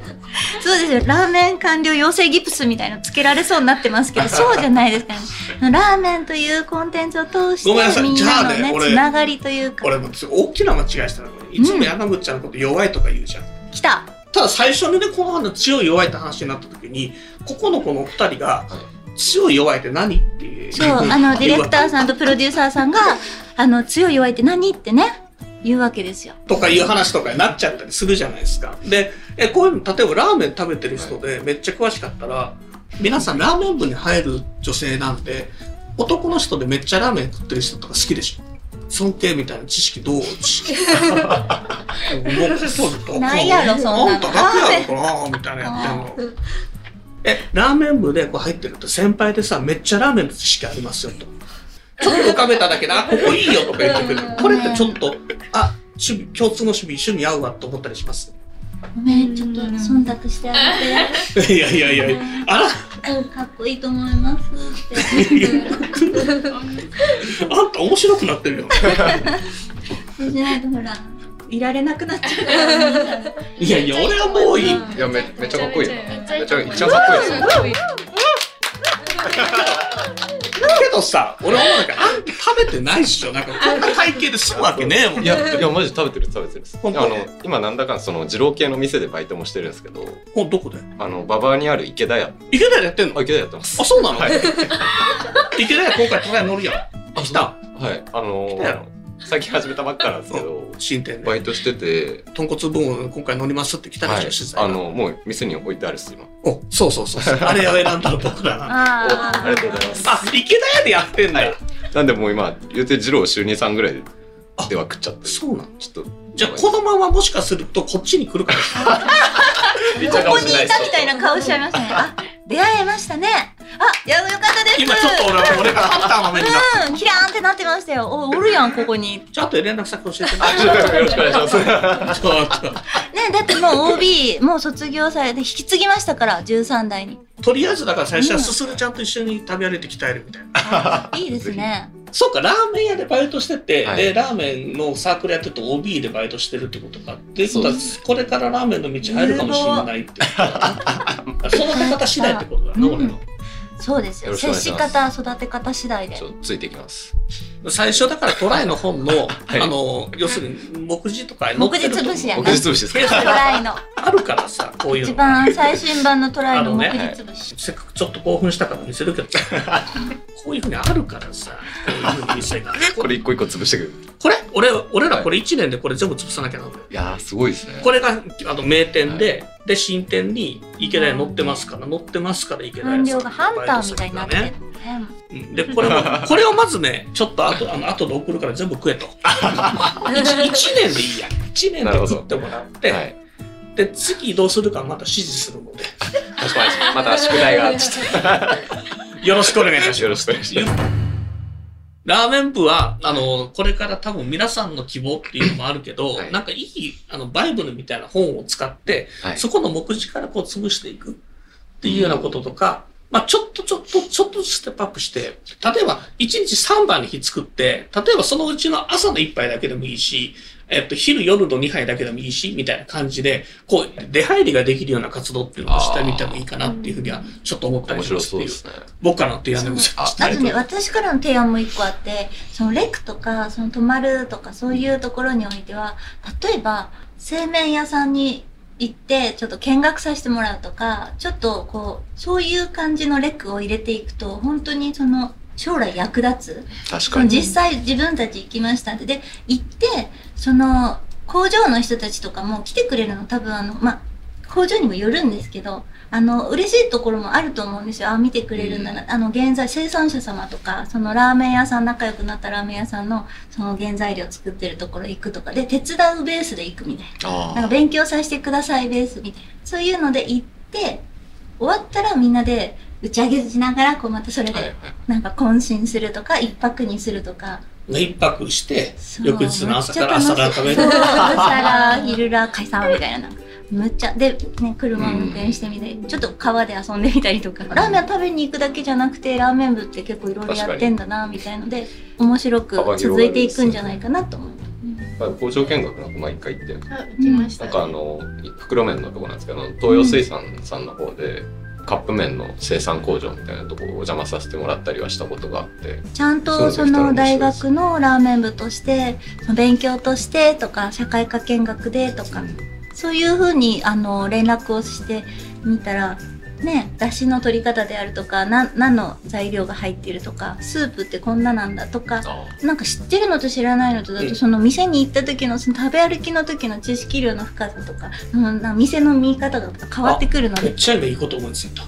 [SPEAKER 1] よラーメン完了養成ギプスみたいのつけられそうになってますけどそうじゃないですからねラーメンというコンテンツを通し
[SPEAKER 2] ごめんなさ
[SPEAKER 1] て
[SPEAKER 2] い
[SPEAKER 1] みんなの
[SPEAKER 2] じゃあ
[SPEAKER 1] ね
[SPEAKER 2] ね俺
[SPEAKER 1] つながりというか
[SPEAKER 2] 俺も大きな間違いしたのこれいつも山口ちゃんのこと弱いとか言うじゃん、
[SPEAKER 1] 来た
[SPEAKER 2] ただ最初にねこの話強い弱いって話になった時にここのこの2人が強い弱いって何っていう
[SPEAKER 1] そう、あの、ディレクターさんとプロデューサーさんが、あの、強い弱いって何ってね、言うわけですよ。
[SPEAKER 2] とかいう話とかになっちゃったりするじゃないですかでえこういうの例えばラーメン食べてる人でめっちゃ詳しかったら皆さんラーメン部に入る女性なんて男の人でめっちゃラーメン食ってる人とか好きでしょ尊敬みたいな知識どう知識もうそう
[SPEAKER 1] ないやろそんなの
[SPEAKER 2] あんただけやろこなみたいなやってんのえラーメン部でこう入ってると先輩でさめっちゃラーメンの知識ありますよとちょっと浮かべただけであここいいよとか言ってくれるこれってちょっとあ趣味共通の趣味趣味合うわと思ったりします
[SPEAKER 1] ごめん、ちょっと忖度してあげ
[SPEAKER 2] いやいやいやあら
[SPEAKER 1] て、うん、かっこいいと思いますって。
[SPEAKER 2] あんた面白くなってるよ
[SPEAKER 1] そうしないとほら、いられなくなっちゃう。
[SPEAKER 2] いやいや、俺はもういい。
[SPEAKER 3] いやめめっちゃかっこいい
[SPEAKER 4] めっち
[SPEAKER 6] めっちゃい
[SPEAKER 3] め
[SPEAKER 6] い
[SPEAKER 3] っちゃ一番かっこいいですよ
[SPEAKER 5] かっこいい
[SPEAKER 2] けどさ、俺思うのがあんた食べてないっしょ。なんかこんな体型で済むわけねえもん。
[SPEAKER 3] いやいやマジ食べてる食べてるです
[SPEAKER 2] 本当
[SPEAKER 3] あの今なんだかんだその二郎系の店でバイトもしてるんですけど
[SPEAKER 2] ほんどこで
[SPEAKER 3] あの馬場にある池田屋
[SPEAKER 2] 池田でやってんの
[SPEAKER 3] あ池田屋やってます
[SPEAKER 2] あ、そうなの、
[SPEAKER 3] はい
[SPEAKER 2] 池田や今回トライ乗るやん。来た。
[SPEAKER 3] はいあの
[SPEAKER 2] 来たやろ
[SPEAKER 3] ー最近始めたばっかなんですけど
[SPEAKER 2] 新店
[SPEAKER 3] バ
[SPEAKER 2] で。
[SPEAKER 3] イトしてて
[SPEAKER 2] 豚骨部門今回乗りますって来たで
[SPEAKER 3] は
[SPEAKER 2] し
[SPEAKER 3] い
[SPEAKER 2] ょ、取材
[SPEAKER 3] あ
[SPEAKER 2] が。
[SPEAKER 3] のもう店に置いてあるっす今
[SPEAKER 2] お、そうそうそうそう。あれを選んだの僕らなの。
[SPEAKER 1] あ
[SPEAKER 3] ありがとうございます
[SPEAKER 2] あ、池田屋でやってんだよ。
[SPEAKER 3] なんでもう今言うて二郎週に3ぐらいででは食っちゃってる
[SPEAKER 2] そうなの
[SPEAKER 3] ちょっと
[SPEAKER 2] じゃあ、このままもしかするとこっちに来るかもしれない。
[SPEAKER 3] めっちゃ
[SPEAKER 1] こ
[SPEAKER 3] かも
[SPEAKER 1] こ
[SPEAKER 3] し
[SPEAKER 1] に
[SPEAKER 3] れ
[SPEAKER 1] い
[SPEAKER 3] ないです
[SPEAKER 1] たみたいな顔しちゃいましたね。あ、出会えましたね。あ、やよかったです。
[SPEAKER 2] 今ちょっと俺は、俺がハンターの目になった。
[SPEAKER 1] うん、キラーンってなってましたよ。お、おるやん、ここに。
[SPEAKER 2] ちょっと連絡先教えて
[SPEAKER 3] あちょっとよろしくお願いします
[SPEAKER 2] ちょっと。
[SPEAKER 1] ね、だってもう OB、もう卒業されて引き継ぎましたから、13代に。
[SPEAKER 2] とりあえずだから最初はすするちゃんと一緒に旅歩いて鍛えるみたいな。
[SPEAKER 1] いいですね。
[SPEAKER 2] そうか、ラーメン屋でバイトしてて、
[SPEAKER 3] はい
[SPEAKER 2] で、ラーメンのサークルやってて OB でバイトしてるってことか。っていうこと
[SPEAKER 3] そう
[SPEAKER 2] は
[SPEAKER 3] で、
[SPEAKER 2] これからラーメンの道入るかもしれないってことだね。 その出方次第ってことだね、
[SPEAKER 1] うん
[SPEAKER 2] 俺の。
[SPEAKER 1] そうです
[SPEAKER 3] よ
[SPEAKER 1] よ。
[SPEAKER 3] ろしくお
[SPEAKER 1] 接
[SPEAKER 3] 願いし
[SPEAKER 1] し
[SPEAKER 3] ます
[SPEAKER 1] 方、育て方次第で
[SPEAKER 3] ち。ょっとついていきます
[SPEAKER 2] 最初だからトライの本の、
[SPEAKER 3] い
[SPEAKER 2] あの、要するに目次とか載っ
[SPEAKER 1] 目次
[SPEAKER 2] てると思う
[SPEAKER 1] 潰しや
[SPEAKER 3] お
[SPEAKER 1] な。
[SPEAKER 3] 口
[SPEAKER 1] ト
[SPEAKER 3] 潰しですか
[SPEAKER 1] ライの。
[SPEAKER 2] あるからさ、こういう
[SPEAKER 1] 一
[SPEAKER 2] の。
[SPEAKER 1] 番最新版のトライの目
[SPEAKER 2] あの
[SPEAKER 1] 次潰し。
[SPEAKER 2] せっかくちょっと興奮したから見せるけど、 こういうふうにあるからさ、こういうふうに店が。
[SPEAKER 3] これ一個一個潰してくる
[SPEAKER 2] これ俺、俺らこれ1年でこれ全部潰さなきゃなんだよ。
[SPEAKER 3] いやーすごいですね
[SPEAKER 2] これがあの名店で、で新店に池田屋乗ってますから乗ってますから池田屋さん
[SPEAKER 1] 官僚がハンターみたいになってる
[SPEAKER 2] ね、
[SPEAKER 1] ね。
[SPEAKER 2] うんでこれも これをまずねちょっとあとあの後で送るから全部食えと 1, 年でいいや1年
[SPEAKER 3] な
[SPEAKER 2] で
[SPEAKER 3] るほど
[SPEAKER 2] 食ってもらって、
[SPEAKER 3] はい
[SPEAKER 2] で次どうするかまた指示するので
[SPEAKER 3] かしこまりましたまた宿題がちょっ
[SPEAKER 2] よろしくお願いしま
[SPEAKER 3] と
[SPEAKER 2] す
[SPEAKER 3] よろしくお願いします
[SPEAKER 2] ラーメン部は、あの、これから多分皆さんの希望っていうのもあるけど、
[SPEAKER 3] はい
[SPEAKER 2] なんかいい、あの、バイブルみたいな本を使って、
[SPEAKER 3] はい
[SPEAKER 2] そこの目次からこう潰していくっていうようなこととか、まあちょっとちょっと、ちょっとステップアップして、例えば1日3番に日作って、例えばそのうちの朝の1杯だけでもいいし、えっと、昼夜の2杯だけでもいいし、みたいな感じで、こう、出入りができるような活動っていうのをしてみてもいいかなっていうふうには、ちょっと思ったり
[SPEAKER 3] 面
[SPEAKER 2] しま
[SPEAKER 3] 白
[SPEAKER 2] すって
[SPEAKER 3] そう
[SPEAKER 2] いう、
[SPEAKER 3] ですね
[SPEAKER 2] 僕からの提案でございま
[SPEAKER 3] あ
[SPEAKER 2] す。
[SPEAKER 1] あとね、私からの提案も一個あって、そのレクとか、その泊まるとか、そういうところにおいては、例えば、製麺屋さんに行って、ちょっと見学させてもらうとか、ちょっとこう、そういう感じのレクを入れていくと、本当にその、将来役立つ。
[SPEAKER 3] 確
[SPEAKER 1] そ
[SPEAKER 3] か
[SPEAKER 1] の
[SPEAKER 3] に
[SPEAKER 1] 実際自分たち行きましたって。で、行って、その、工場の人たちとかも来てくれるの多分あの、まあ、工場にもよるんですけど、あの、嬉しいところもあると思うんですよ。あ、見てくれるんだな。あの、原材、生産者様とか、そのラーメン屋さん、仲良くなったラーメン屋さんの、その原材料作ってるところ行くとか、で、手伝うベースで行くみたいな。なん
[SPEAKER 3] あ
[SPEAKER 1] か勉強させてくださいベースみたいな。そういうので行って、終わったらみんなで打ち上げしながら、こうまたそれ
[SPEAKER 3] ーはいは
[SPEAKER 1] で
[SPEAKER 3] い
[SPEAKER 1] なんか渾身するとか、一泊にするとか。
[SPEAKER 2] ね一泊して、
[SPEAKER 1] そう
[SPEAKER 2] 翌日の朝から
[SPEAKER 1] めっちゃ
[SPEAKER 2] 朝ラー食べる
[SPEAKER 1] そう朝ラー、昼ラー、解散みたいな。むっちゃ、で、ね、車運転してみたり、ちょっと川で遊んでみたりとか、ラーメン食べに行くだけじゃなくて、ラーメン部って結構いろいろやってんだな、みたいので、面白く続いていくんじゃないかなと思う。
[SPEAKER 3] まあ工場見学なんか毎回行って
[SPEAKER 6] あ行きまし
[SPEAKER 3] なん
[SPEAKER 6] た
[SPEAKER 3] かあの袋麺のとこなんですけど東洋水産さんの方で、カップ麺の生産工場みたいなとこお邪魔させてもらったりはしたことがあって
[SPEAKER 1] ちゃんとその大学のラーメン部として、その勉強としてとか、社会科見学でとか、そういうふうにあの連絡をしてみたら、ね、だしの取り方であるとかな何の材料が入ってるとかスープってこんななんだとか
[SPEAKER 3] あ
[SPEAKER 1] なんか知ってるのと知らないのとだ
[SPEAKER 2] う
[SPEAKER 1] と
[SPEAKER 2] ん
[SPEAKER 1] その店に行った時のその食べ歩きの時の知識量の深さとかそのな店の見方が変わってくるの
[SPEAKER 2] めっ
[SPEAKER 1] で
[SPEAKER 2] ちゃ今いいこと思 いついた。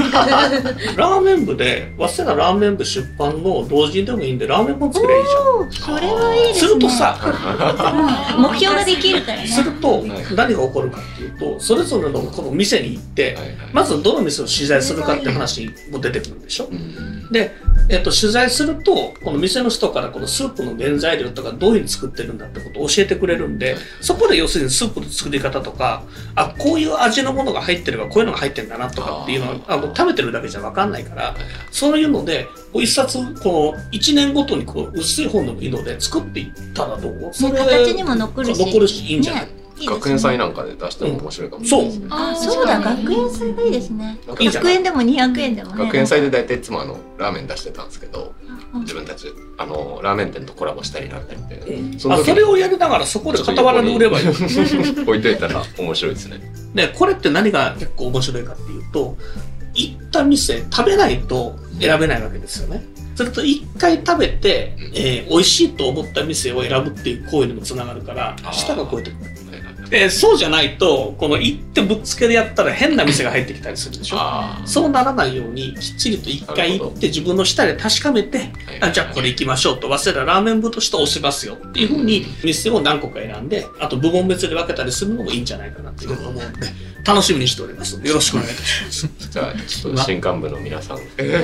[SPEAKER 2] ラーメン部で、早稲田ラーメン部出版の同人でもいいんで、ラーメン本作りゃいいじ
[SPEAKER 1] おーそれはいい
[SPEAKER 2] ゃん。
[SPEAKER 1] ですすね
[SPEAKER 2] るとさ、
[SPEAKER 1] うん目標ができるからね
[SPEAKER 2] すると
[SPEAKER 3] はい
[SPEAKER 2] 何が起こるかっていうと、それぞれのこの店に行って
[SPEAKER 3] あ、はいはい
[SPEAKER 2] まずどの店を取材するかって話も出てくるでしょ
[SPEAKER 3] うん
[SPEAKER 2] で、えっと、取材すると、この店の人からこのスープの原材料とかどういうふうに作ってるんだってことを教えてくれるんで、そこで要するにスープの作り方とか、あ、こういう味のものが入ってればこういうのが入ってんだなとかっていうのは、あの食べてるだけじゃわかんないから、そういうので、こう一冊、こう、一年ごとにこう薄い本でもいいので作っていったらどうそれ
[SPEAKER 1] 形にも残るし。
[SPEAKER 2] 残るしいいんじゃない
[SPEAKER 1] ね
[SPEAKER 3] 学園祭
[SPEAKER 1] の。
[SPEAKER 3] なんかで出しても面白いかも、
[SPEAKER 2] そう。
[SPEAKER 1] あ、そうだ、
[SPEAKER 5] 確かに
[SPEAKER 1] 学園祭がいいですね。
[SPEAKER 2] いいじゃん
[SPEAKER 1] 100円でも200円でもね。
[SPEAKER 3] 学園祭で大体いつもあのラーメン出してたんですけど自分たちあのラーメン店とコラボしたりなんだりみたいな
[SPEAKER 2] うん
[SPEAKER 3] その
[SPEAKER 2] あ
[SPEAKER 3] 時
[SPEAKER 2] それをやりながらそこで傍らで売ればいい。
[SPEAKER 3] 置いといたら面白いですね
[SPEAKER 2] で、これって何が結構面白いかっていうと、行った店、食べないと選べないわけですよね。それと一回食べて、えー美味しいと思った店を選ぶっていう行為にもつながるから
[SPEAKER 3] あ、ー
[SPEAKER 2] 舌が超えてくる。で、そうじゃないと、この行ってぶっつけでやったら変な店が入ってきたりするでしょ。
[SPEAKER 3] あ
[SPEAKER 2] そうならないように、きっちりと一回行っ
[SPEAKER 3] なるほ
[SPEAKER 2] て自分の舌で確かめて、
[SPEAKER 3] ー
[SPEAKER 2] あじゃあこれ行きましょうと、早稲田ラーメン部として押しますよっていうふうに、店を何個か選んで、あと部門別で分けたりするのもいいんじゃないかなっていうふうに思うんで、楽しみにしておりますので、よろしくお願いいたし
[SPEAKER 3] じゃあちょっと新刊部の皆さん
[SPEAKER 1] みんな、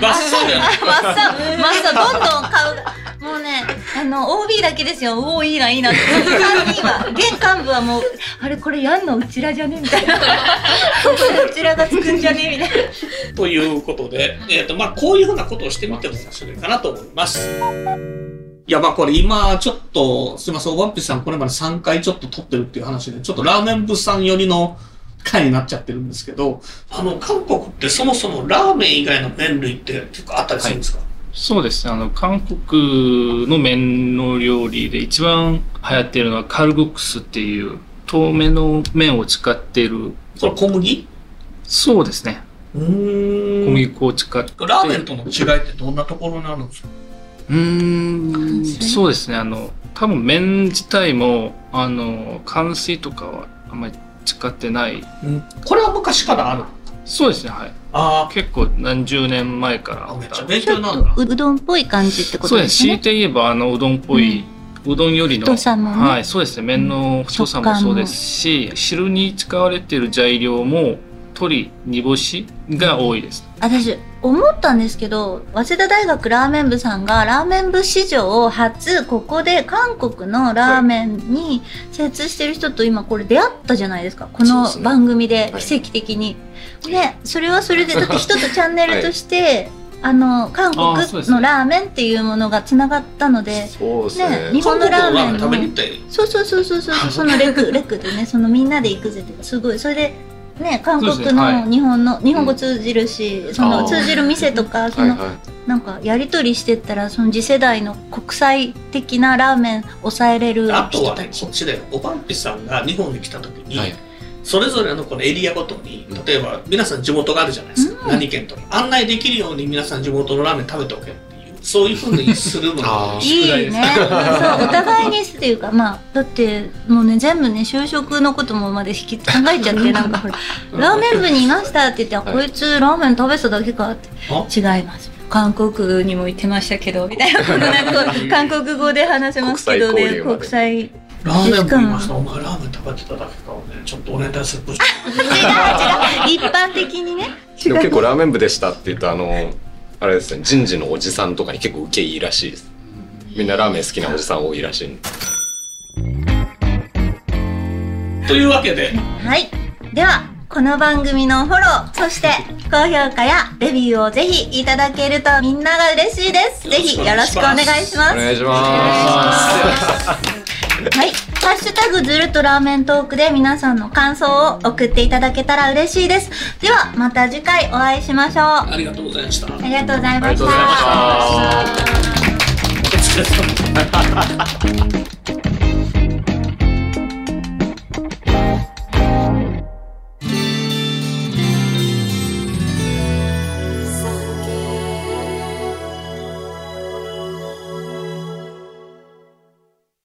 [SPEAKER 2] ます。真っ青や
[SPEAKER 1] マッサン、マッサン、どんどん買う。もうね、あの、OB だけですよ。おお、いいな、いいなって。3人は、現幹部はもう、あれ、これやんのうちらじゃねみたい な。ここでうちらがつくんじゃねみたいな。
[SPEAKER 2] ということで、えっ、と、まあ、こういうふうなことをしてみても面白いかなと思います。いや、まあ、これ今、ちょっと、すいません、おばっぴさんこれまで3回ちょっと撮ってるっていう話で、ちょっとラーメン部さん寄りの回になっちゃってるんですけど、あの、韓国ってそもそもラーメン以外の麺類って結構あったりするんですか、
[SPEAKER 7] そうですねあの韓国の麺の料理で一番流行っているのはカルグクスっていう透明の麺を使っている
[SPEAKER 2] これ小麦
[SPEAKER 7] そうですね
[SPEAKER 2] う
[SPEAKER 7] 小
[SPEAKER 2] ーん
[SPEAKER 7] 麦粉を使って
[SPEAKER 2] ラーメンとの違いってどんなところにあるんですか
[SPEAKER 7] うーんそうですねあの多分麺自体もあの乾水とかはあんまり使ってない
[SPEAKER 2] これは昔からある。
[SPEAKER 7] そうですねはい
[SPEAKER 2] あ
[SPEAKER 7] 結構何十年前からあ
[SPEAKER 2] あ、
[SPEAKER 7] っ
[SPEAKER 2] めっちゃ
[SPEAKER 7] た
[SPEAKER 2] 勉強になるな。
[SPEAKER 1] うどんっぽい感じってこ
[SPEAKER 7] そ
[SPEAKER 1] と
[SPEAKER 7] う
[SPEAKER 1] で
[SPEAKER 7] です
[SPEAKER 1] す
[SPEAKER 7] ね強い
[SPEAKER 1] ね。
[SPEAKER 7] て言えばあのうどんっぽい、うどんよりの
[SPEAKER 1] 太さもね
[SPEAKER 7] はいそうですね麺の太さもそうですし汁に使われている材料も鶏煮干しが多いです
[SPEAKER 1] 私、思ったんですけど、早稲田大学ラーメン部さんが、ラーメン部史上初、ここで韓国のラーメンに精通してる人と今これ出会ったじゃないですか。この
[SPEAKER 3] そうですね
[SPEAKER 1] 番組で
[SPEAKER 3] はい
[SPEAKER 1] 奇跡的に。ね、それはそ れで、だって一つチャンネルとして、あの、韓国
[SPEAKER 7] あーそうです
[SPEAKER 1] の
[SPEAKER 7] ね
[SPEAKER 1] ラーメンっていうものが繋がったので、
[SPEAKER 3] そうです
[SPEAKER 1] ね
[SPEAKER 3] ね
[SPEAKER 1] 日本のラーメン
[SPEAKER 2] 韓国の食べに行っ
[SPEAKER 1] そうそうそうそう そう、そのレク、レクでね、そのみんなで行くぜって、すごい、それで、ね、韓
[SPEAKER 7] そうで
[SPEAKER 1] 国
[SPEAKER 7] すねは
[SPEAKER 1] の
[SPEAKER 7] い
[SPEAKER 1] 日本の、日本語通じるし、そ
[SPEAKER 3] あ
[SPEAKER 1] の
[SPEAKER 3] ー
[SPEAKER 1] 通じる店とか、そ
[SPEAKER 3] はい
[SPEAKER 1] の
[SPEAKER 3] はい
[SPEAKER 1] なんかやり取りしてったらその次世代の国際的なラーメン抑えれる
[SPEAKER 2] てあと
[SPEAKER 1] 人
[SPEAKER 2] は
[SPEAKER 1] た
[SPEAKER 2] ね、
[SPEAKER 1] ち
[SPEAKER 2] こっちで、おばんぴさんが日本に来た時に、
[SPEAKER 3] はい
[SPEAKER 2] それぞれのこのエリアごとに、例えば皆さん地元があるじゃないですか。何県とか。案内できるように皆さん地元のラーメン食べておけっていう、そういうふうにするの
[SPEAKER 3] あ
[SPEAKER 2] が
[SPEAKER 3] ー
[SPEAKER 2] いい
[SPEAKER 1] いいねそうお互いにっていうかまあだってもうね全部ね就職のこともまで引き考えちゃ ってなんかほら「ラーメン部にいました」って言ってあ「
[SPEAKER 3] はい
[SPEAKER 1] こいつラーメン食べてただけか」って
[SPEAKER 2] あ
[SPEAKER 1] 「違います」韓国にも行ってましたけどみたいなことなんか韓国語で話せますけどね国
[SPEAKER 3] 国
[SPEAKER 1] 際
[SPEAKER 2] ラーメンもいました。お前ラーメン食べてただけかをね、ちょっと俺に対するプッシ ュ。
[SPEAKER 1] 一般的にね違
[SPEAKER 3] でも
[SPEAKER 1] う
[SPEAKER 3] 結構ラーメン部でしたって言うとあのあれですね人事のおじさんとかに結構受けいいらしいですみんなラーメン好きなおじさん多いらしいんで
[SPEAKER 2] というわけで、
[SPEAKER 1] はい。では、この番組のフォロー、そして高評価やレビューをぜひいただけるとみんなが嬉しいです。ぜひよろしくお願いします。
[SPEAKER 3] お願いします
[SPEAKER 1] はい。ハッシュタグずるっとラーメントークで皆さんの感想を送っていただけたら嬉しいです。では、また次回お会いしましょう。あ
[SPEAKER 2] ありがとうございました。
[SPEAKER 1] りがとうございま
[SPEAKER 3] ありがとうございま
[SPEAKER 1] した。
[SPEAKER 2] お疲れ様